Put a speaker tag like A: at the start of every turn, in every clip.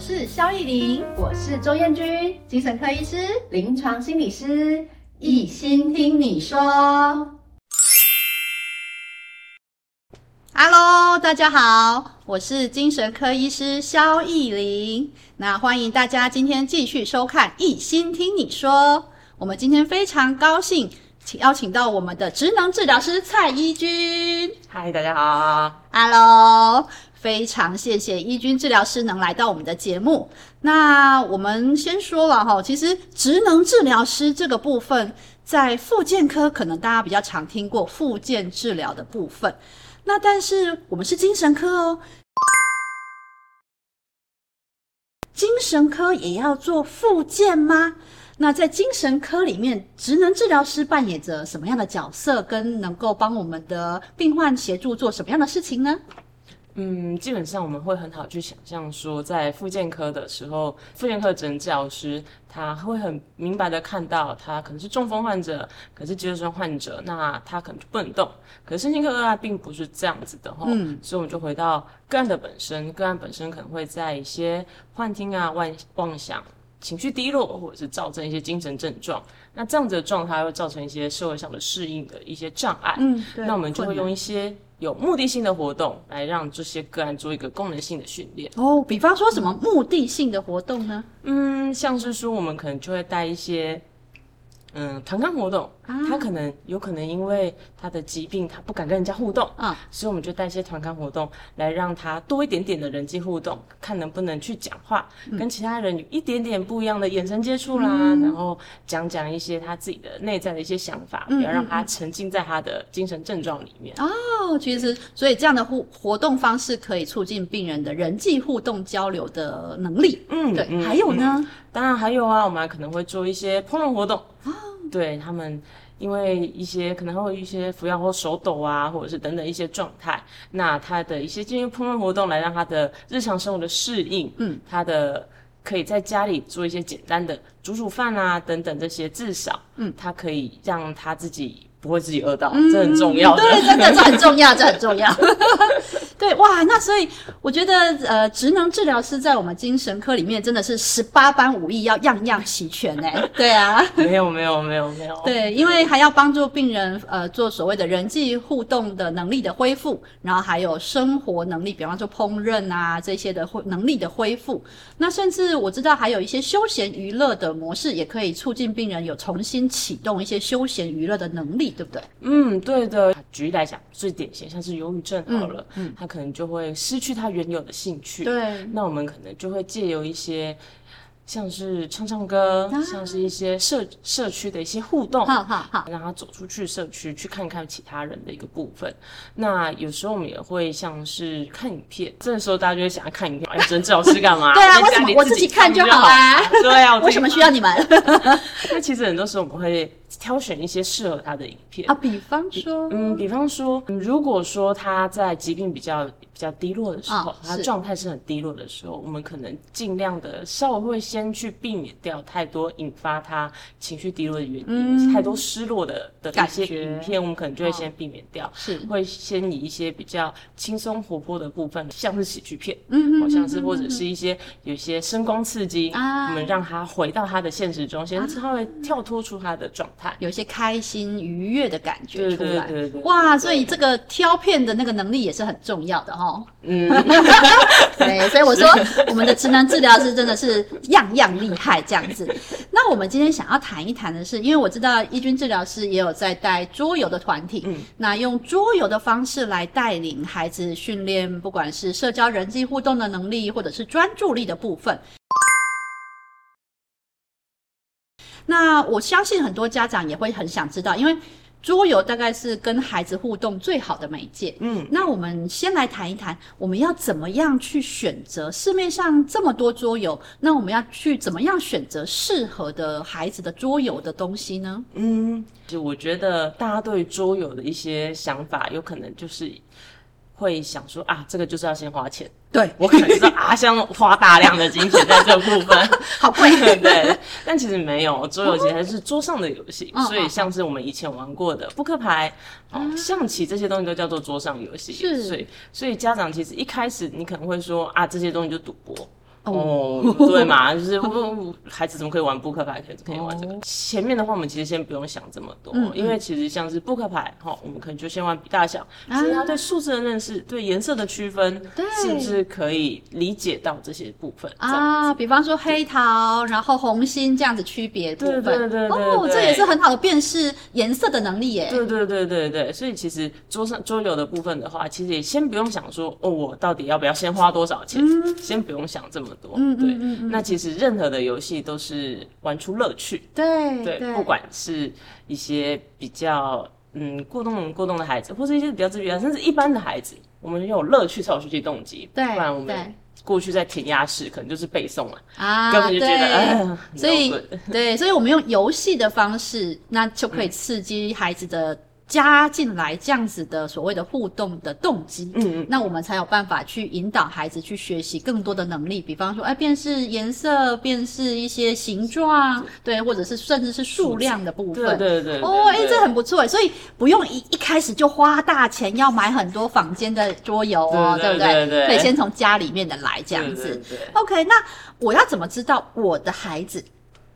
A: 是肖艺玲，
B: 我是周燕君，
A: 精神科医师，
B: 临床心理师，
A: 一心听你说。Hello，大家好，我是精神科医师肖艺玲。那欢迎大家今天继续收看《一心听你说》。我们今天非常高兴，请邀请到我们的职能治疗师蔡依君。
B: 嗨，大家好。
A: Hello，非常谢谢依君治疗师能来到我们的节目。那我们先说了哈，其实职能治疗师这个部分，在复健科可能大家比较常听过复健治疗的部分。那但是我们是精神科哦，精神科也要做复健吗？那在精神科里面，职能治疗师扮演着什么样的角色，跟能够帮我们的病患协助做什么样的事情呢？
B: 嗯，基本上我们会很好去想象说，在复健科的时候，复健科诊教师他会很明白的看到，他可能是中风患者，可是肌肉症患者，那他可能就不能动。可是身心科个案并不是这样子的哈，
A: 嗯
B: 所以我们就回到个案的本身，个案本身可能会在一些幻听啊、妄妄想。情绪低落，或者是造成一些精神症状，那这样子的状态会造成一些社会上的适应的一些障碍。
A: 嗯，对
B: 啊那我们就会
A: 困难
B: 用一些有目的性的活动来让这些个案做一个功能性的训练。
A: 哦，比方说什么目的性的活动呢？
B: 嗯，像是说我们可能就会带一些。嗯，团康活动，
A: 啊
B: 他可能有可能因为他的疾病，他不敢跟人家互动，
A: 啊，
B: 所以我们就带一些团康活动来让他多一点点的人际互动，看能不能去讲话，
A: 嗯
B: 跟其他人有一点点不一样的眼神接触啦，然后讲讲一些他自己的内在的一些想法，
A: 嗯
B: 不要让他沉浸在他的精神症状里面。
A: 哦，其实所以这样的互活动方式可以促进病人的人际互动交流的能力。
B: 嗯，
A: 对，
B: 嗯
A: 还有
B: 嗯
A: 呢，
B: 当然还有啊，我们还可能会做一些烹饪活动。
A: 哦
B: 对他们，因为一些可能会有一些服药或手抖啊，或者是等等一些状态，那他的一些进行烹饪活动来让他的日常生活的适应，
A: 嗯，
B: 他的可以在家里做一些简单的煮煮饭啊等等这些，至少，嗯，他可以让他自己不会自己饿到，这很重要的。
A: 嗯对，真哎的这很重要，这很重要。 对，哇，那所以我觉得，呃，职能治疗师在我们精神科里面真的是十八般武艺，要样样齐全呢。对啊，
B: 没有没有没有没有，
A: 对，因为还要帮助病人呃做所谓的人际互动的能力的恢复，然后还有生活能力，比方说烹饪啊这些的恢能力的恢复。那甚至我知道还有一些休闲娱乐的模式，也可以促进病人有重新启动一些休闲娱乐的能力，对不对？
B: 嗯，对的。举例来讲，最典型像是忧郁症好了，
A: 嗯
B: 他可能就会失去他原有的兴趣。
A: 对，
B: 那我们可能就会借由一些像是唱唱歌，像是一些社社区的一些互动，
A: 啊好好好，
B: 让他走出去社区去看看其他人的一个部分。那有时候我们也会像是看影片，这个时候大家就会想要看影片，哎，真治老师干 嘛？
A: 对啊
B: 在家
A: 为什么
B: 里
A: 我
B: 自
A: 自己看
B: 看
A: 就好
B: 好
A: 啦
B: 对啊，我自己
A: 为什么需要你们？
B: 那其实很多时候我们会挑选一些适合他的影片。
A: 啊，比方说，
B: 嗯，比方说，嗯如果说他在疾病比较比较低落的时候，
A: 啊
B: 他
A: 是
B: 状态是很低落的时候，我们可能尽量的稍微会先去避免掉太多引发他情绪低落的原因，太多失落的的
A: 嗯感
B: 一些
A: 觉啊
B: 影片，我们可能就会先避免掉，
A: 是
B: 会先以一些比较轻松活泼的部分，像是喜剧片，
A: 嗯
B: 好像是或者是一些有一些声光刺激，
A: 啊
B: 我们让他回到他的现实中，先稍微跳脱出他的状态。
A: 有一些开心愉悦的感觉
B: 对
A: 出
B: 对
A: 来。
B: 对对，
A: 哇，
B: 对
A: 所以这个挑片的那个能力也是很重要的哦。
B: 嗯。
A: 对，所以我说我们的职能治疗师真的是样样厉害这样子。那我们今天想要谈一谈的是，因为我知道一军治疗师也有在带桌游的团体，
B: 嗯
A: 那用桌游的方式来带领孩子训练，不管是社交人际互动的能力，或者是专注力的部分。那我相信很多家长也会很想知道，因为桌游大概是跟孩子互动最好的媒介。
B: 嗯，
A: 那我们先来谈一谈，我们要怎么样去选择市面上这么多桌游？那我们要去怎么样选择适合的孩子的桌游的东西呢？
B: 嗯，就我觉得大家对桌游的一些想法，有可能就是会想说啊，这个就是要先花钱，
A: 对，
B: 我可能就是啊，像花大量的金钱在这部分，
A: 好贵
B: 对，但其实没有，桌游其实还是桌上的游戏，
A: 哦嗯
B: 所以像是我们以前玩过的扑克牌、哦、象棋这些东西都叫做桌上游戏，
A: 是
B: 所以所以家长其实一开始你可能会说啊，这些东西就赌博。哦，对嘛，就是我孩子怎么可以玩扑克牌，可以可以玩这
A: 哦
B: 个。前面的话，我们其实先不用想这么多，
A: 嗯
B: 因为其实像是扑克牌，哈，我们可能就先玩比大小，
A: 啊
B: 其实他对数字的认识，对颜色的区分，是不是可以理解到这些部分？这 样
A: 啊，比方说黑桃，然后红心这样子区别部分。
B: 对对对对
A: 哦，
B: 对
A: 这也是很好的辨识颜色的能力耶。
B: 对对对对对，所以其实桌上桌游的部分的话，其实也先不用想说哦，我到底要不要先花多少钱，先不用想这么多。
A: 嗯嗯嗯
B: 对，
A: 嗯
B: 那其实任何的游戏都是玩出乐趣。
A: 哎对
B: 对，不管是一些比较嗯过动过动的孩子，或是一些比较自闭的，甚至一般的孩子，我们有乐趣才有学习动机。
A: 对
B: 不然我们
A: 对
B: 过去在填鸭式可能就是背诵了，
A: 啊，
B: 根本就觉得哎
A: 对。
B: 呀，很
A: 所以
B: open
A: 对，所以我们用游戏的方式，那就可以刺激孩子的加进来这样子的所谓的互动的动机。
B: 嗯嗯，
A: 那我们才有办法去引导孩子去学习更多的能力，比方说，哎，辨识颜色，辨识一些形状，对，或者是甚至是数量的部分。
B: 对对对，
A: 哦，哎、
B: 对
A: 这很不错哎，所以不用一一开始就花大钱要买很多坊间的桌游哦，
B: 对
A: 不
B: 对对对
A: 可以先从家里面的来这样子。。
B: 对对对
A: OK，那我要怎么知道我的孩子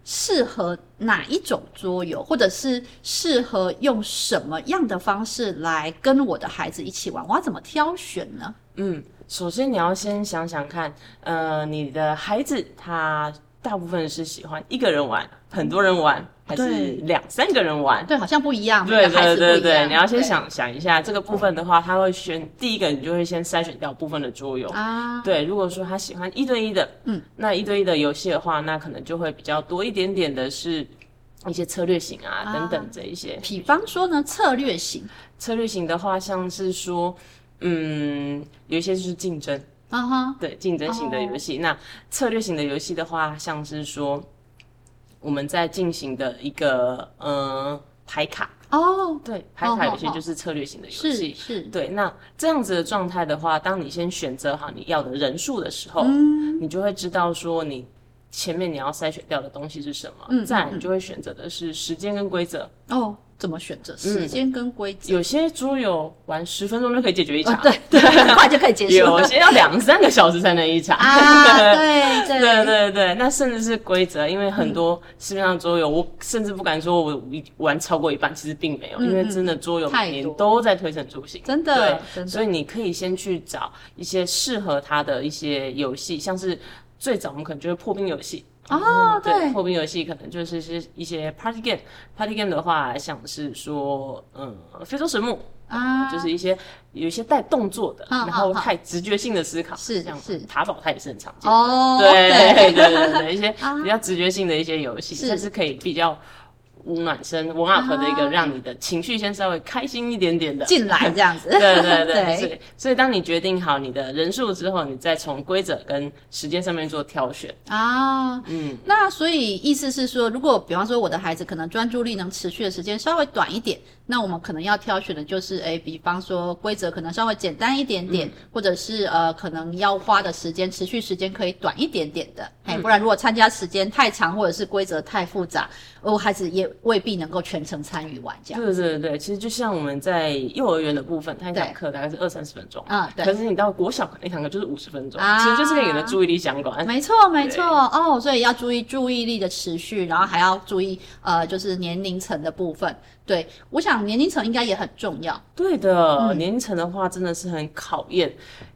A: 适合哪一种桌游，或者是适合用什么样的方式来跟我的孩子一起玩？我要怎么挑选呢？
B: 嗯，首先你要先想想看，呃，你的孩子他大部分是喜欢一个人玩，很多人玩，还
A: 对
B: 是两三个人玩？
A: 对，好像不一样，
B: 对
A: 每个孩
B: 对
A: 子不一
B: 对
A: 样。
B: 对，你要先想想一下这个部分的话，他会选第一个，你就会先筛选掉部分的桌游。
A: 啊，
B: 对，如果说他喜欢一对一的，
A: 嗯，
B: 那一对一的游戏的话，那可能就会比较多一点点的是一些策略型啊
A: 啊
B: 等等这一些。
A: 比方说呢，策略型
B: 策略型的话，像是说，嗯，有一些就是竞争，
A: 啊哈，
B: 对竞争型的游
A: 哦
B: 戏。那策略型的游戏的话，像是说我们在进行的一个嗯牌卡，
A: 哦，
B: 对牌卡有些
A: 哦哦
B: 就是策略型的游戏。
A: 是是，
B: 对，那这样子的状态的话，当你先选择好你要的人数的时候，
A: 嗯
B: 你就会知道说你前面你要筛选掉的东西是什么，
A: 嗯
B: 再来
A: 嗯
B: 你就会选择的是时间跟规则。
A: 哦，怎么选择时间跟规则？
B: 有些桌游玩十分钟就可以解决一场，
A: 啊，对 对，很快就可以结束
B: 有
A: 了
B: 些要两三个小时才能一场。
A: 啊，对对
B: 对对对，那甚至是规则，因为
A: 嗯
B: 很多市面上桌游，我甚至不敢说我玩超过一半，其实并没有，因为真的桌游
A: 嗯太
B: 每年
A: 多
B: 都在推陈出新，
A: 真的真
B: 对，
A: 的
B: 所以你可以先去找一些适合它的一些游戏，像是最早我们可能就是破冰游戏。
A: 哦，
B: 嗯
A: 对，
B: 破冰游戏可能就是是一些 party game，party game 的话，像是说，嗯，非洲神木，
A: 啊，
B: 就是一些有一些带动作的，
A: 嗯嗯
B: 然后
A: 嗯
B: 太直觉性的思考，
A: 是
B: 像
A: 是
B: 塔宝它也是很常见的
A: 哦，
B: 对对对对，一些
A: 啊
B: 比较直觉性的一些游戏，
A: 是
B: 但是可以比较暖身、warm up 的一个，
A: 啊
B: 让你的情绪先稍微开心一点点的。
A: 进来这样子。
B: 对对对，
A: 对
B: 所以所以当你决定好你的人数之后，你再从规则跟时间上面做挑选。
A: 啊，
B: 嗯，
A: 那所以意思是说，如果比方说我的孩子可能专注力能持续的时间稍微短一点，那我们可能要挑选的就是，诶，比方说规则可能稍微简单一点
B: 嗯
A: 点，或者是呃，可能要花的时间持续时间可以短一点点的，哎、不然如果参加时间太长或者是规则太复杂，我孩子也未必能够全程参与完这样。
B: 对对对，其实就像我们在幼儿园的部分，他一堂
A: 对
B: 课大概是二三十分钟，
A: 嗯对
B: 可是你到国小可能一堂课就是五十分钟，
A: 啊
B: 其实就是跟你的注意力相关。
A: 没错，没错哦，所以要注意注意力的持续，然后还要注意呃，就是年龄层的部分。对，我想年龄层应该也很重要。
B: 对的，
A: 嗯
B: 年龄层的话真的是很考验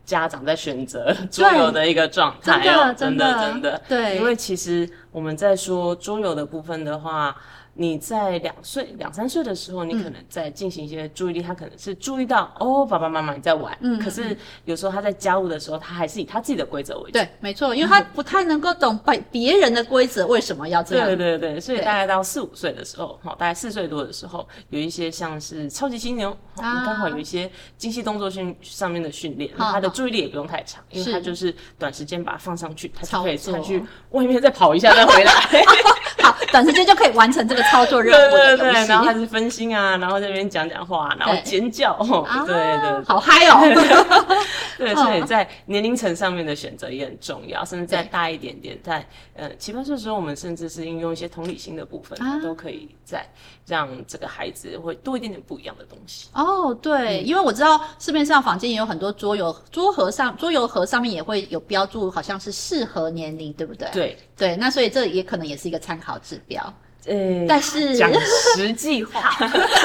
B: 家长在 选择桌游的一个状态哦，
A: 真的
B: 的真
A: 真的对
B: 因为其实我们在说桌游的部分的话，你在两岁、两三岁的时候，你可能在进行一些注意力，他可能是注意到哦，爸爸妈妈你在玩，
A: 嗯
B: 可是有时候他在家务的时候，他还是以他自己的规则为主。
A: 对，没错，因为他
B: 嗯
A: 不太能够懂别别人的规则为什么要这样。
B: 对对对，所以
A: 对
B: 大概到四五岁的时候，哈，大概四岁多的时候，有一些像是超级犀牛，齁
A: 啊
B: 你刚好有一些精细动作训上面的训练，
A: 好
B: 那他的注意力也不用太长，因为
A: 是
B: 他就是短时间把它放上去，他就可以
A: 操作
B: 再去外面再跑一下再回来。
A: 好，短时间就可以完成这个操作任
B: 对
A: 务
B: 对
A: 的
B: 对
A: 东，西。
B: 然后开始分心啊，然后在那边讲讲话，然后
A: 对
B: 尖叫，哦
A: 啊
B: 对对
A: 好嗨哦！
B: 对，所以在年龄层上面的选择也很重要，甚至再
A: 对
B: 大一点点，在呃奇葩说的时候，我们甚至是应用一些同理心的部分，它
A: 啊
B: 都可以在让这个孩子会多一点点不一样的东西。
A: 哦，对，
B: 嗯
A: 因为我知道市面上坊间也有很多桌游，桌盒上桌游盒上面也会有标注，好像是适合年龄，对不对？
B: 对，
A: 对，那所以这也可能也是一个参考指标，
B: 呃，
A: 但是
B: 讲实际话，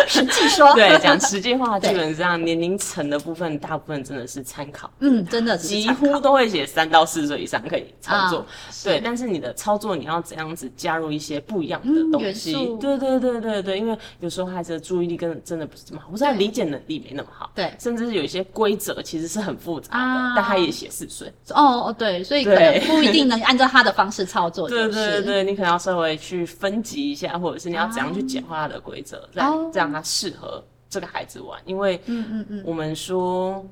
A: 实际说，
B: 对，讲实际 话，
A: 对
B: 基本上年龄层的部分，大部分真的是参考。
A: 嗯，真的只是
B: 几
A: 参考
B: 乎都会写三到四岁以上可以操作，
A: 啊
B: 对。但是你的操作你要怎样子加入一些不一样的
A: 嗯
B: 东
A: 元
B: 西？
A: 素
B: 对对对对对，因为有时候孩子的注意力跟真的不是这么好，或是他
A: 对
B: 理解能力没那么好，
A: 对
B: 甚至是有一些规则其实是很复杂的，
A: 啊
B: 但他也写四岁，
A: 哦哦，对，所以可能
B: 对
A: 不一定能按照他的方式操作，
B: 对
A: 就是
B: 对对，你可能要稍微去分级一下，或者是你要怎样去简化它的规则，让、
A: 哦
B: 让他适合这个孩子玩，因为
A: 嗯嗯嗯，
B: 我们说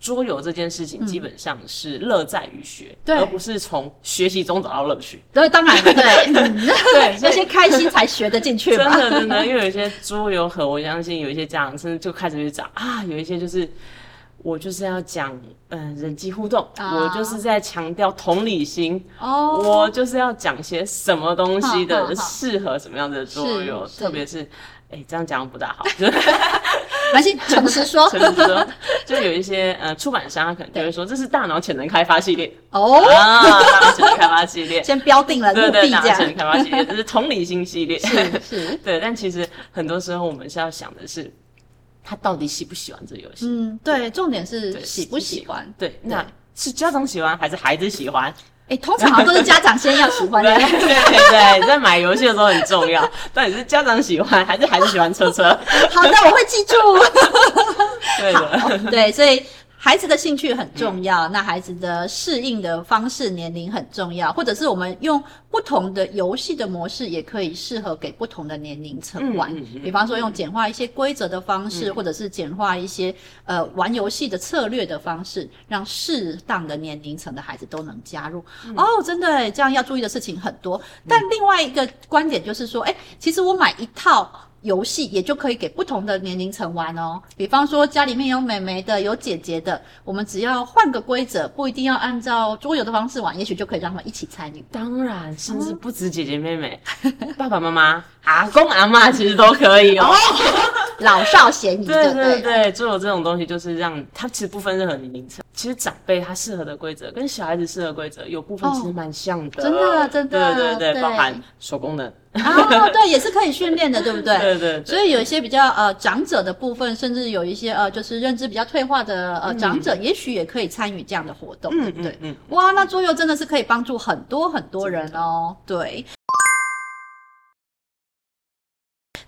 B: 桌游这件事情，基本上是乐在于学，
A: 对
B: 而不是从学习中找到乐趣。
A: 对，当然对，嗯
B: 对
A: 那些开心才学得进去
B: 真
A: 嘛，
B: 的真的，因为有一些桌游盒，我相信有一些家长甚至就开始去找啊，有一些就是。我就是要讲，嗯、人际互动，
A: 啊
B: 我就是在强调同理心，
A: 哦，
B: 我就是要讲些什么东西
A: 好好
B: 的
A: 好
B: 适合什么样的桌游，
A: 是是
B: 特别是，哎、这样讲不大好， 就是
A: 而且诚实说，
B: 就是说，就有一些呃出版商，他可能就会说这是大脑潜能开发系列，
A: 哦，
B: 啊，大脑潜能开发系列，
A: 先标定了
B: 对
A: 目的
B: 对，大
A: 这
B: 脑
A: 样，
B: 潜能开发系列，这是同理心系列。
A: 是是，
B: 对，但其实很多时候我们是要想的是，他到底喜不喜欢这个游戏？
A: 嗯，对，重点是
B: 对
A: 喜不喜欢。
B: 对，那是家长喜欢还是孩子 喜欢？
A: 哎，通常好像都是家长先要喜欢
B: 对
A: 的，
B: 对对，在买游戏的时候很重要，到底是家长喜欢还是孩子喜欢车 车？
A: 好的，我会记住。
B: 对的，
A: 对，所以孩子的兴趣很重要，那孩子的适应的方式、年龄很重要，或者是我们用不同的游戏的模式，也可以适合给不同的年龄层玩。
B: 嗯嗯嗯
A: 比方说，用简化一些规则的方式，或者是简化一些呃玩游戏的策略的方式，让适当的年龄层的孩子都能加入。
B: 嗯
A: 哦，真的耶，这样要注意的事情很多。但另外一个观点就是说，哎、其实我买一套游戏也就可以给不同的年龄层玩哦。比方说家里面有妹妹的，有姐姐的，我们只要换个规则，不一定要按照桌游的方式玩，也许就可以让他们一起参与。
B: 当然，甚
A: 嗯
B: 至不止姐姐妹妹，爸爸妈妈、阿公阿妈其实都可以哦。
A: 老少咸宜，
B: 对
A: 不
B: 对
A: 对？嗯
B: 对，就有这种东西，就是让它其实不分任何年龄层。其实长辈他适合的规则跟小孩子适合的规则有部分
A: 哦
B: 其实蛮像的，
A: 真的啊真的
B: 对对
A: 对
B: 包含手功能，
A: 啊，对，也是可以训练的，对不对？
B: 对对对，
A: 所以有一些比较呃长者的部分，甚至有一些呃就是认知比较退化的呃长者，也许也可以参与这样的活动，对不对？
B: 嗯，
A: 哇，那桌游真的是可以帮助很多很多人哦。对。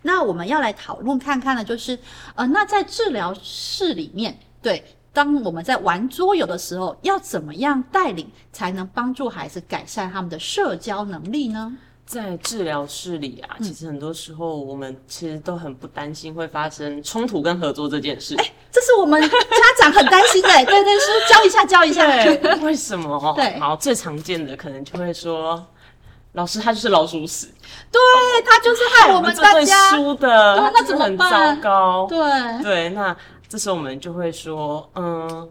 A: 那我们要来讨论看看的，就是呃，那在治疗室里面，对，当我们在玩桌游的时候，要怎么样带领才能帮助孩子改善他们的社交能力呢？
B: 在治疗室里啊，
A: 嗯
B: 其实很多时候我们其实都很不担心会发生冲突跟合作这件事。
A: 这是我们家长很担心的，对对，是不是教一下教一下。
B: 对，为什么？
A: 哎对
B: 然后最常见的可能就会说，老师他就是老鼠屎，
A: 对他就是害我们
B: 这
A: 大
B: 最
A: 家，
B: 输的，
A: 对那怎么
B: 很糟
A: 办
B: 糕。
A: 对
B: 对，那这时候我们就会说，嗯，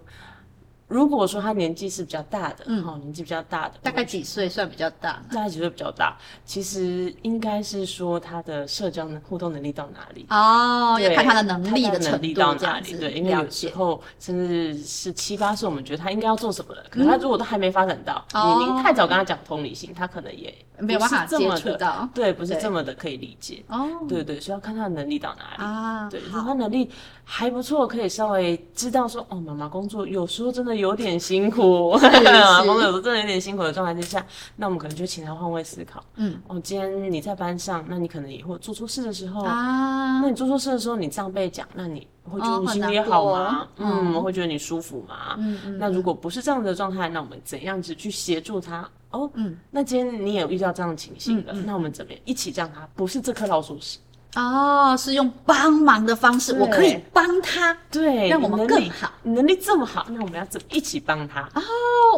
B: 如果说他年纪是比较大的，嗯，
A: 嗯
B: 哦，年纪比较大的，
A: 大概几岁算比较大？
B: 大概几岁比较大，其实应该是说他的社交能互动能力到哪里。
A: 哦，要
B: 对
A: 看他的能力
B: 他
A: 的
B: 的
A: 程
B: 能力
A: 度
B: 到
A: 这
B: 哪
A: 样
B: 里？
A: 子，
B: 对，因为
A: 了
B: 有时
A: 解。
B: 候甚至是七八岁，我们觉得他应该要做什么了，可是他如果都还没发展到，
A: 嗯哦
B: 你您太早跟他讲同理心，他可能也
A: 没有办法
B: 不是这么
A: 接触
B: 的
A: 到
B: 对，不是
A: 对
B: 这么的可以理解，
A: 哦，
B: 对对，所以要看他的能力到哪里。
A: 啊，
B: 对，如果
A: 好
B: 他能力还不错，可以稍微知道说，哦，妈妈工作有时候真的有点辛苦，
A: 是是
B: 妈妈工作有时候真的有点辛苦的状态之下，那我们可能就请他换位思考。
A: 嗯，
B: 哦，今天你在班上，那你可能也会做错事的时候，
A: 啊
B: 那，你做错事的时候，你这样被讲，那你会觉得
A: 哦
B: 你
A: 很
B: 心里
A: 难
B: 好
A: 过
B: 吗？
A: 嗯
B: 嗯，会觉得你舒服吗？
A: 嗯嗯
B: 那如果不是这样的状态，那我们怎样子去协助他？哦，
A: 嗯，
B: 那今天你也遇到这样的情形了，那我们怎么样一起让他不是这颗老鼠屎？
A: 哦，是用帮忙的方式，
B: 对
A: 我可以帮他，
B: 对，
A: 让我
B: 你
A: 们
B: 能
A: 更
B: 力
A: 好。
B: 你能力这么好，那我们要怎么一起帮他？
A: 哦，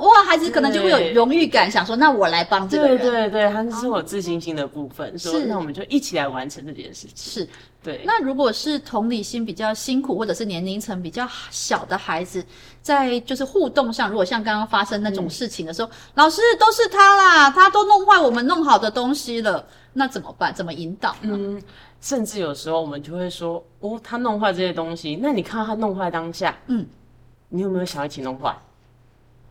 A: 哇，孩子可能就会有
B: 对
A: 荣誉感，想说那我来帮这个
B: 对
A: 人。
B: 对对，它是我自信心的部分，说
A: 哦是
B: 那我们就一起来完成这件事情。
A: 是，
B: 对，
A: 那如果是同理心比较辛苦，或者是年龄层比较小的孩子，在就是互动上，如果像刚刚发生那
B: 嗯
A: 种事情的时候，老师都是他啦，他都弄坏我们弄好的东西了，那怎么办？怎么引导
B: 嗯
A: 呢？
B: 甚至有时候我们就会说，哦，他弄坏这些东西，那你看到他弄坏当下，
A: 嗯，
B: 你有没有想要一起弄坏？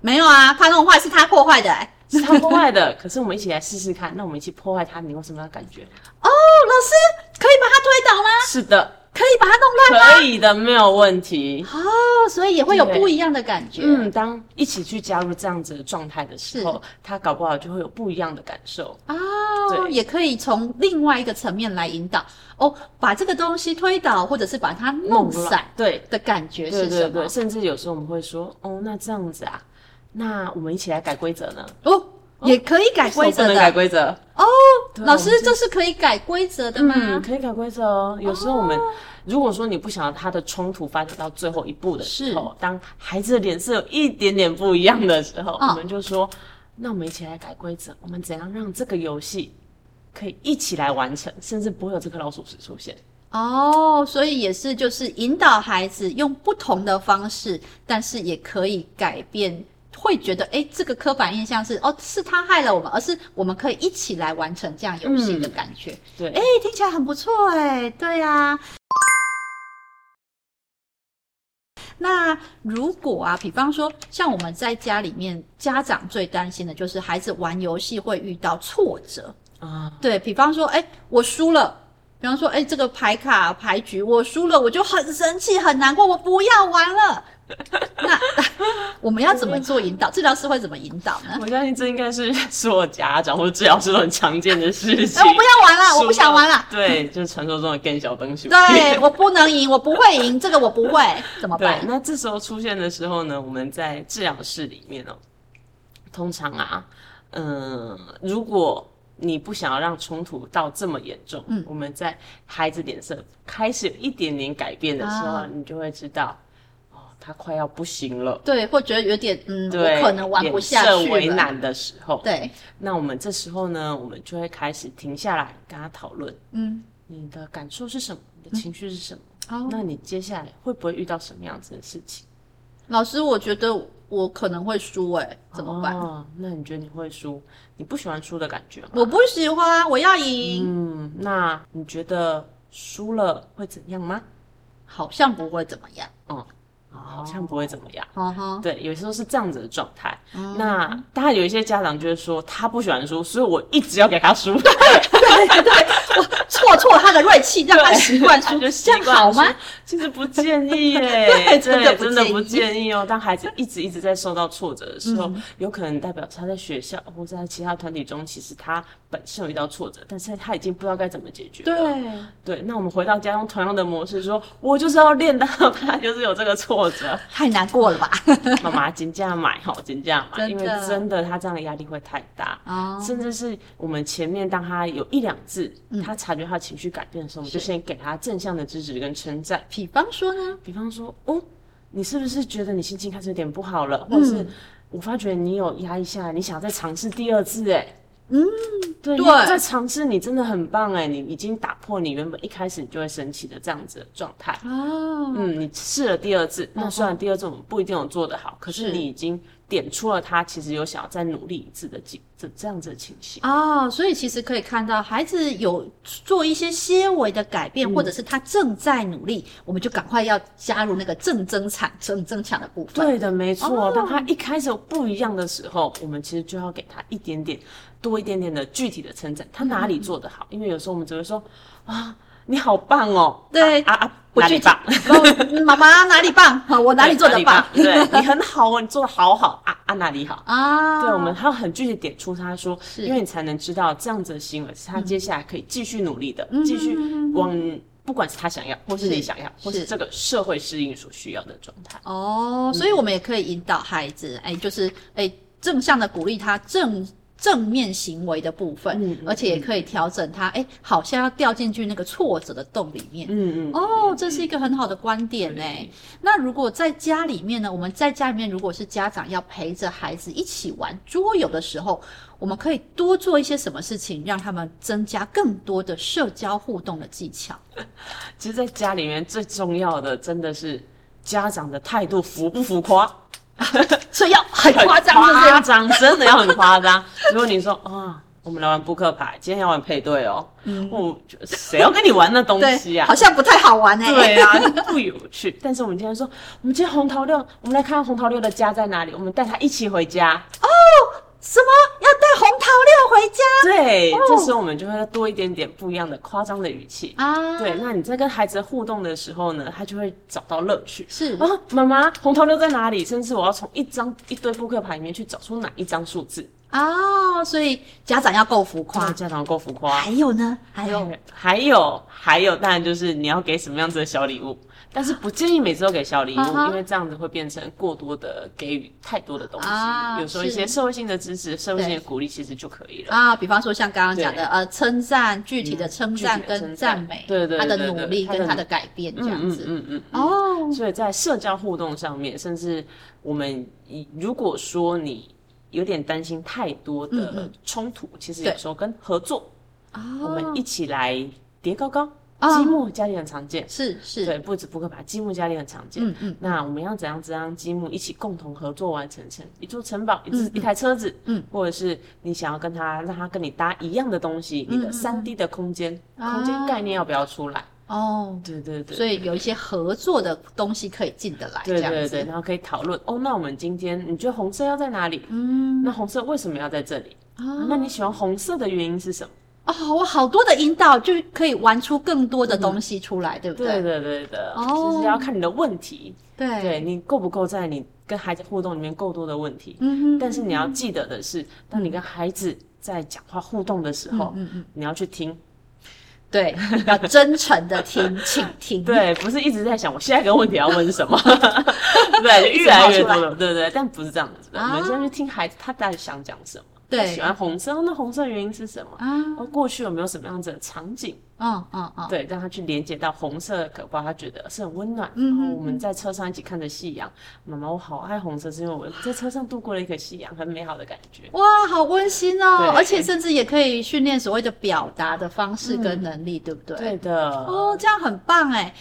A: 没有啊，他弄坏是他破坏的、哎
B: 是他破 坏的，可是我们一起来试试看，那我们一起破坏它，你有什么样的感觉？
A: 哦，老师可以把他推倒吗？
B: 是的，
A: 可以把他弄乱
B: 可以的，没有 问题。
A: 哦，所以也会有
B: 对
A: 不一样的感觉。
B: 嗯，当一起去加入这样子的状态的时候，他搞不好就会有不一样的感受。
A: 哦，
B: 对
A: 也可以从另外一个层面来引导哦，把这个东西推倒，或者是把它弄
B: 乱
A: 散，
B: 对，
A: 的感觉
B: 对
A: 是
B: 对
A: 什
B: 对，
A: 么？
B: 甚至有时候我们会说，哦，那这样子啊，那我们一起来改规则呢？
A: 哦，也可以改规
B: 为什
A: 则
B: 么不能改
A: 的
B: 规则。
A: 哦。
B: 对
A: 老
B: 我们
A: 师，这是可以改规则的吗？
B: 嗯，可以改规则哦。有时候我们、如果说你不想要他的冲突发展到最后一步的时候，当孩子的脸色有一点点不一样的时候，
A: 嗯
B: 我们就说，那我们一起来改规则，我们怎样让这个游戏可以一起来完成，甚至不会有这个老鼠屎出现。
A: 哦，所以也是就是引导孩子用不同的方式，但是也可以改变。会觉得，哎，这个刻板印象是哦，是他害了我们，而是我们可以一起来完成这样游戏的
B: 嗯
A: 感觉。
B: 对，
A: 哎、听起来很不错哎、对呀、那如果啊，比方说像我们在家里面，家长最担心的就是孩子玩游戏会遇到挫折。
B: 啊，
A: 对比方说，哎、我输了。比方说，哎、这个牌卡牌局我输了，我就很生气，很难过，我不要玩了。那 我们要怎么做引导？治疗师会怎么引导呢？
B: 我相信这应该是 所有家长或者治疗师都很常见的事 情。
A: 哎、我不要玩了，我不想玩了。
B: 对，就是传说中的更小灯熊。
A: 对我不能赢，我不会赢，这个我不会，怎么办
B: 对，？那这时候出现的时候呢，我们在治疗室里面哦，通常啊，嗯、如果你不想要让冲突到这么严重，
A: 嗯
B: 我们在孩子脸色开始有一点点改变的时候，
A: 啊
B: 你就会知道，哦，他快要不行了，
A: 对，或觉得有点嗯，
B: 对，
A: 我可能玩不下
B: 脸
A: 去
B: 色为
A: 了。
B: 难的时候，
A: 对，
B: 那我们这时候呢，我们就会开始停下来跟他讨论，
A: 嗯，
B: 你的感受是什么，你的情绪是什么，
A: 好，
B: 那你接下来会不会遇到什么样子的事情？
A: 老师，我觉得我可能会输，哎，怎么办？
B: 哦，那你觉得你会输？你不喜欢输的感觉吗？
A: 我不喜欢，我要赢，
B: 嗯，那你觉得输了会怎样吗？
A: 好像不会怎么样。哦
B: 好像不会怎么样。
A: 哈哈，
B: 对，有时候是这样子的状态。
A: 嗯
B: 那当然有一些家长就会说，他不喜欢输，所以我一直要给他输，
A: 挫挫他的锐气，让他习惯输，
B: 就
A: 这样好吗？？
B: 其实不建 议耶，
A: 对真
B: 真
A: 的不
B: 真的
A: 建
B: 不
A: 议嗯
B: 建议哦。当孩子一直一直在受到挫折的时候，有可能代表他在学校或者在其他团体中，其实他本身有遇到挫折，但是他已经不知道该怎么解决了。
A: 对，
B: 对，那我们回到家用同样的模式说，我就是要练到他就是有这个挫折，
A: 太难过了吧？
B: 妈妈减价买哈，减价买，
A: 真
B: 因为
A: 的
B: 真的他这样的压力会太大。
A: 哦，
B: 甚至是我们前面当他有一两次，
A: 嗯
B: 他察觉他情绪改变的时候，我们就先给他正向的支持跟称赞。
A: 比方说呢，
B: 比方说，哦，你是不是觉得你心情开始有点不好了，或者是我发觉你有压抑下来，你想再尝试第二次，哎，嗯，对，
A: 对
B: 你再尝试，你真的很棒，哎，你已经打破你原本一开始你就会生气的这样子的状态。
A: 哦，
B: 嗯，你试了第二次，
A: 嗯
B: 那
A: 嗯
B: 虽然第二次我们不一定有做得好，可
A: 是
B: 是你已经点出了他其实有想要再努力一次的这这这样子的情形。
A: 哦，所以其实可以看到，孩子有做一些些微的改变，或者是他正在努力，我们就赶快要加入那个正增产、正增强的部分。
B: 对的，没错。
A: 哦
B: 当他一开始有不一样的时候，我们其实就要给他一点点多一点点的具体的称赞，他哪里
A: 嗯
B: 做得好？因为有时候我们只会说啊，你好棒哦，
A: 对
B: 啊啊啊，
A: 不
B: 哪
A: 具
B: 里
A: 体
B: 棒？
A: 哦妈妈哪里棒？啊 我哪里做的
B: 对
A: 棒？
B: 对你很好哦，你做的好好啊啊，哪里好？
A: 啊？
B: 对，我们还要很具体地点出他说，
A: 是嗯
B: 因为你才能知道这样子的行为是他接下来可以继续努力的，继续往不管是他想要，或是
A: 是
B: 你想要，或
A: 是
B: 是这个社会适应所需要的状态。嗯
A: 哦，所以我们也可以引导孩子，哎，就是哎，正向的鼓励他正。正面行为的部分，
B: 嗯嗯
A: 而且也可以调整他，哎、好像要掉进去那个挫折的洞里面。
B: 嗯嗯，嗯
A: 哦，这是一个很好的观点呢。那如果在家里面呢，我们在家里面如果是家长要陪着孩子一起玩桌游的时候，我们可以多做一些什么事情，让他们增加更多的社交互动的技巧？
B: 其实，在家里面最重要的真的是家长的态 度浮不浮夸。
A: 所以要很夸张，是不
B: 夸
A: 是？
B: 张，真的要很夸张。如果你说啊，我们来玩扑克牌，今天要玩配对哦，我就谁要跟你玩那东西
A: 对，
B: 啊
A: 好？像不太好玩哎、
B: 对啊， 就不有趣。但是我们今天说，我们今天红桃六，我们来看看红桃六的家在哪里，我们带他一起回家。
A: 什么要带红桃六回家
B: 对，这时候我们就会多一点点不一样的夸张的语气。
A: 啊？
B: 对，，那你在跟孩子互动的时候呢，他就会找到乐趣。
A: 是
B: 啊，妈妈，红桃六在哪里？甚至我要从一张一堆扑克牌里面去找出哪一张数字。啊
A: 哦，所以家长要够浮
B: 哇，
A: 夸。
B: 家长够浮夸。
A: 还有呢？还有
B: 对还有还有，当然就是你要给什么样子的小礼物，但是不建议每次都给小礼物，
A: 啊哈
B: 因为这样子会变成过多的给予太多的东西。
A: 啊
B: 有时候一些
A: 是
B: 社会性的支持、社会性的
A: 对
B: 鼓励其实就可以了。
A: 啊，比方说像刚刚讲的，
B: 对嗯
A: 呃，称赞具体的称赞
B: 具体的
A: 跟
B: 称
A: 赞
B: 赞
A: 美，
B: 对对
A: 他的
B: 对对
A: 努力
B: 他的
A: 跟他
B: 努
A: 的改变这样
B: 嗯
A: 子。
B: 嗯嗯嗯。
A: 哦，
B: 所以在社交互动上面，甚至我们以如果说你有点担心太多
A: 嗯
B: 的
A: 嗯
B: 冲突，其实
A: 对
B: 有时候跟合作，我们
A: 哦，
B: 一起来叠高高、
A: 啊
B: 积木，家里很常见。
A: 是是，
B: 对，不止扑克牌，积木家里很常见。
A: 嗯嗯
B: 那我们要怎样怎样积木一起共同合作完成成一座城堡，一只、一台车子，
A: 嗯，
B: 或者是你想要跟他让他跟你搭一样的东西，你
A: 嗯嗯
B: 的三 D 的空间、
A: 啊
B: 空间概念要不要出来？
A: 哦，
B: 对对对。
A: 所以有一些合作的东西可以进得来，这
B: 对
A: 样
B: 对对，
A: 子。啊
B: 然后可以讨论哦。那我们今天你觉得红色要在哪里？
A: 嗯
B: 那红色为什么要在这里？
A: 啊
B: 那你喜欢红色的原因是什么？
A: 哦，我好多的引导就可以玩出更多的东西出来，对不对？
B: 对对对的，
A: 哦
B: 就是要看你的问题，
A: 对，
B: 对你够不够在你跟孩子互动里面够多的问题。
A: 嗯哼，
B: 但是你要记得的是，当你跟孩子在讲话互动的时候，
A: 嗯嗯嗯，
B: 你要去听，
A: 对，要真诚的听，请听。
B: 对，不是一直在想我下一个问题要 问什么，对，越来越多了，对对，但不是这样子的，
A: 啊
B: 我们先去听孩子他到底想讲什么，他
A: 对
B: 喜欢红色，那红色的原因是什么？
A: 啊，
B: 然后过去有没有什么样子的场景？
A: 嗯嗯嗯，
B: 对，让他去连接到红色的可包，他觉得是很温暖。
A: 嗯
B: 然后
A: 嗯
B: 我们在车上一起看着夕阳，妈妈，我好爱红色，是因为我在车上度过了一个夕阳，很美好的感觉。
A: 哇，好温馨
B: 对
A: 哦！而且甚至也可以训练所谓的表达的方式跟能力，对不对？
B: 嗯对的，
A: 哦，这样很棒哎。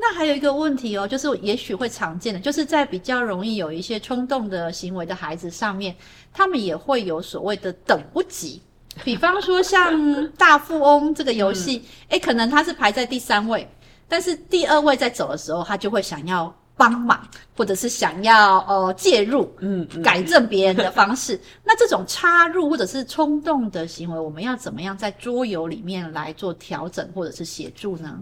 A: 那还有一个问题哦，就是也许会常见的，就是在比较容易有一些冲动的行为的孩子上面，他们也会有所谓的等不及。比方说像大富翁这个游戏，诶，可能他是排在第三位，但是第二位在走的时候，他就会想要帮忙，或者是想要呃介入，
B: 嗯，嗯
A: 改正别人的方式。 那这种插入或者是冲动的行为，我们要怎么样在桌游里面来做调整或者是协助呢？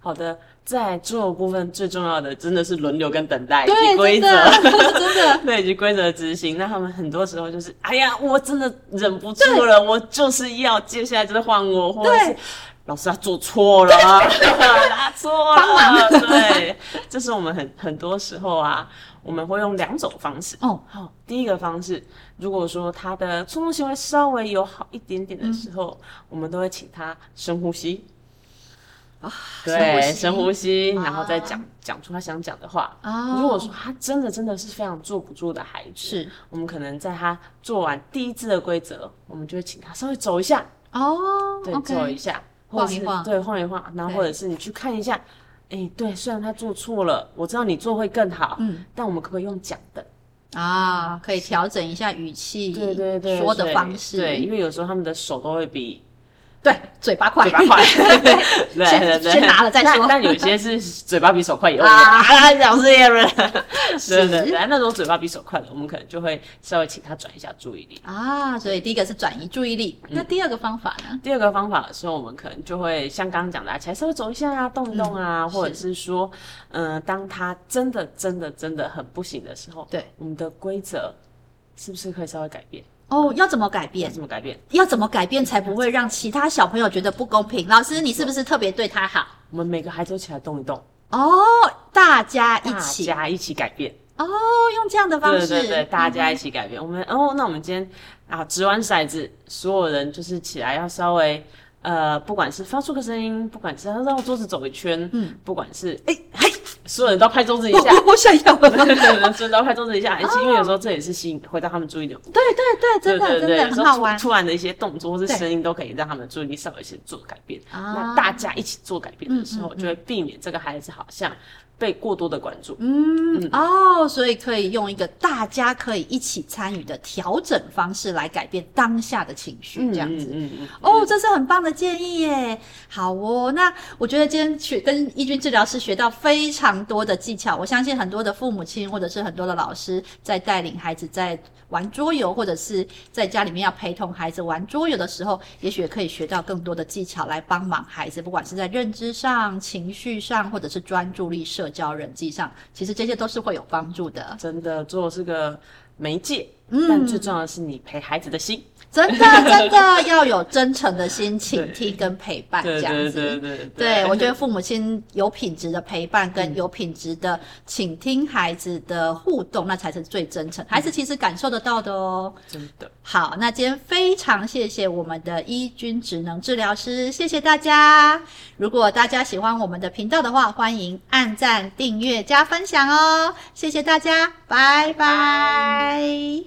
B: 好的，在桌游部分最重要的真的是轮流跟等待以及
A: 对，
B: 规
A: 真
B: 则，
A: 的， 真 的，
B: 对以及规则的执行。那他们很多时候就是，哎呀，我真的忍不住了，我就是要接下来就是换我，或者是
A: 对
B: 老师他做错了， 他错了，对，这是我们很很多时候啊，我们会用两种方式。
A: 哦，
B: 好，第一个方式，如果说他的冲动行为稍微有好一点点的
A: 嗯
B: 时候，我们都会请他深呼吸。对，深呼
A: 吸
B: 吸，
A: 啊
B: 然后再讲讲出他想讲的话。
A: 啊，
B: 如果说他真的真的是非常坐不住的孩子，
A: 是
B: 我们可能在他做完第一次的规则，我们就会请他稍微走一下，
A: 哦，
B: 对
A: o
B: 走
A: k
B: 一下，
A: 晃
B: 或者
A: 一
B: 是
A: 晃
B: 对，晃一晃，然后
A: 对
B: 或者是你去看一下，哎，对，虽然他做错了，我知道你做会更好，
A: 嗯
B: 但我们可不可以用讲的？
A: 啊，可以调整一下语气，
B: 对对对，
A: 说的
B: 所以
A: 方式，
B: 对，因为有时候他们的手都会比
A: 对，嘴巴快，
B: 嘴巴快，对
A: 先
B: 对对，
A: 先拿了再说
B: 但但有些是嘴巴比手快也有。
A: 啊
B: 啊， 老师也人，对对
A: 是
B: 对，那种嘴巴比手快的，我们可能就会稍微请他转移一下注意力。
A: 啊，所以第一个是转移注意力，那第二个方法呢？
B: 第二个方法的时候，我们可能就会像刚刚讲的、啊，起来稍微走一下啊，动一动啊，
A: 嗯
B: 或者是说，嗯、当他真的真的真的很不行的时候，
A: 对，
B: 我们的规则是不是可以稍微改变？
A: 哦，要怎么改变？
B: 怎么改变？
A: 要怎么改变才不会让其他小朋友觉得不公平？老师，你是不是特别对他好？
B: 我们每个孩子都起来动一动，
A: 哦，大家一
B: 大
A: 起
B: 家一起改变。
A: 哦，用这样的方
B: 对
A: 式，嗯
B: 对对，大家一起改变。我们哦，那我们今天啊，掷完骰子，所有人就是起来要稍微呃，不管是发出个声音，不管是要绕桌子走一圈，嗯，不管是哎嘿，所有人都拍桌子一
A: 我
B: 下。
A: 我我想 要，
B: 对对对，所有人都拍桌子一下，因为有时候这也是吸引回到他们注意力。
A: 对对对，真的
B: 对对对，有
A: 真
B: 时
A: 的很好
B: 候突
A: 玩
B: 突然的一些动作或是
A: 对
B: 声音都可以让他们注意力稍微先做改变。那
A: 啊！
B: 大家一起做改变的时候，
A: 嗯嗯嗯
B: 就会避免这个孩子好像被过多的关注。
A: 嗯哦，所以可以用一个大家可以一起参与的调整方式来改变当下的情绪，这样子。
B: 嗯嗯嗯
A: 哦，这是很棒的建议耶！好哦，那我觉得今天学跟一军治疗师学到非常多的技巧，我相信很多的父母亲或者是很多的老师在带领孩子在玩桌游，或者是在家里面要陪同孩子玩桌游的时候，也许也可以学到更多的技巧来帮忙孩子，不管是在认知上、情绪上，或者是专注力、社交、人际上，其实这些都是会有帮助的。
B: 真的做是个媒介，
A: 嗯
B: 但最重要的是你陪孩子的心。
A: 真的，真的要有真诚的心倾听跟陪伴，这样子。
B: 对
A: 对，嗯我觉得父母亲有品质的陪伴跟有品质的倾听孩子的互动，那才是最真诚。孩子其实感受得到的哦。
B: 真的。
A: 好，那今天非常谢谢我们的一军职能治疗师，谢谢大家。如果大家喜欢我们的频道的话，欢迎按赞、订阅、加分享哦。谢谢大家，拜拜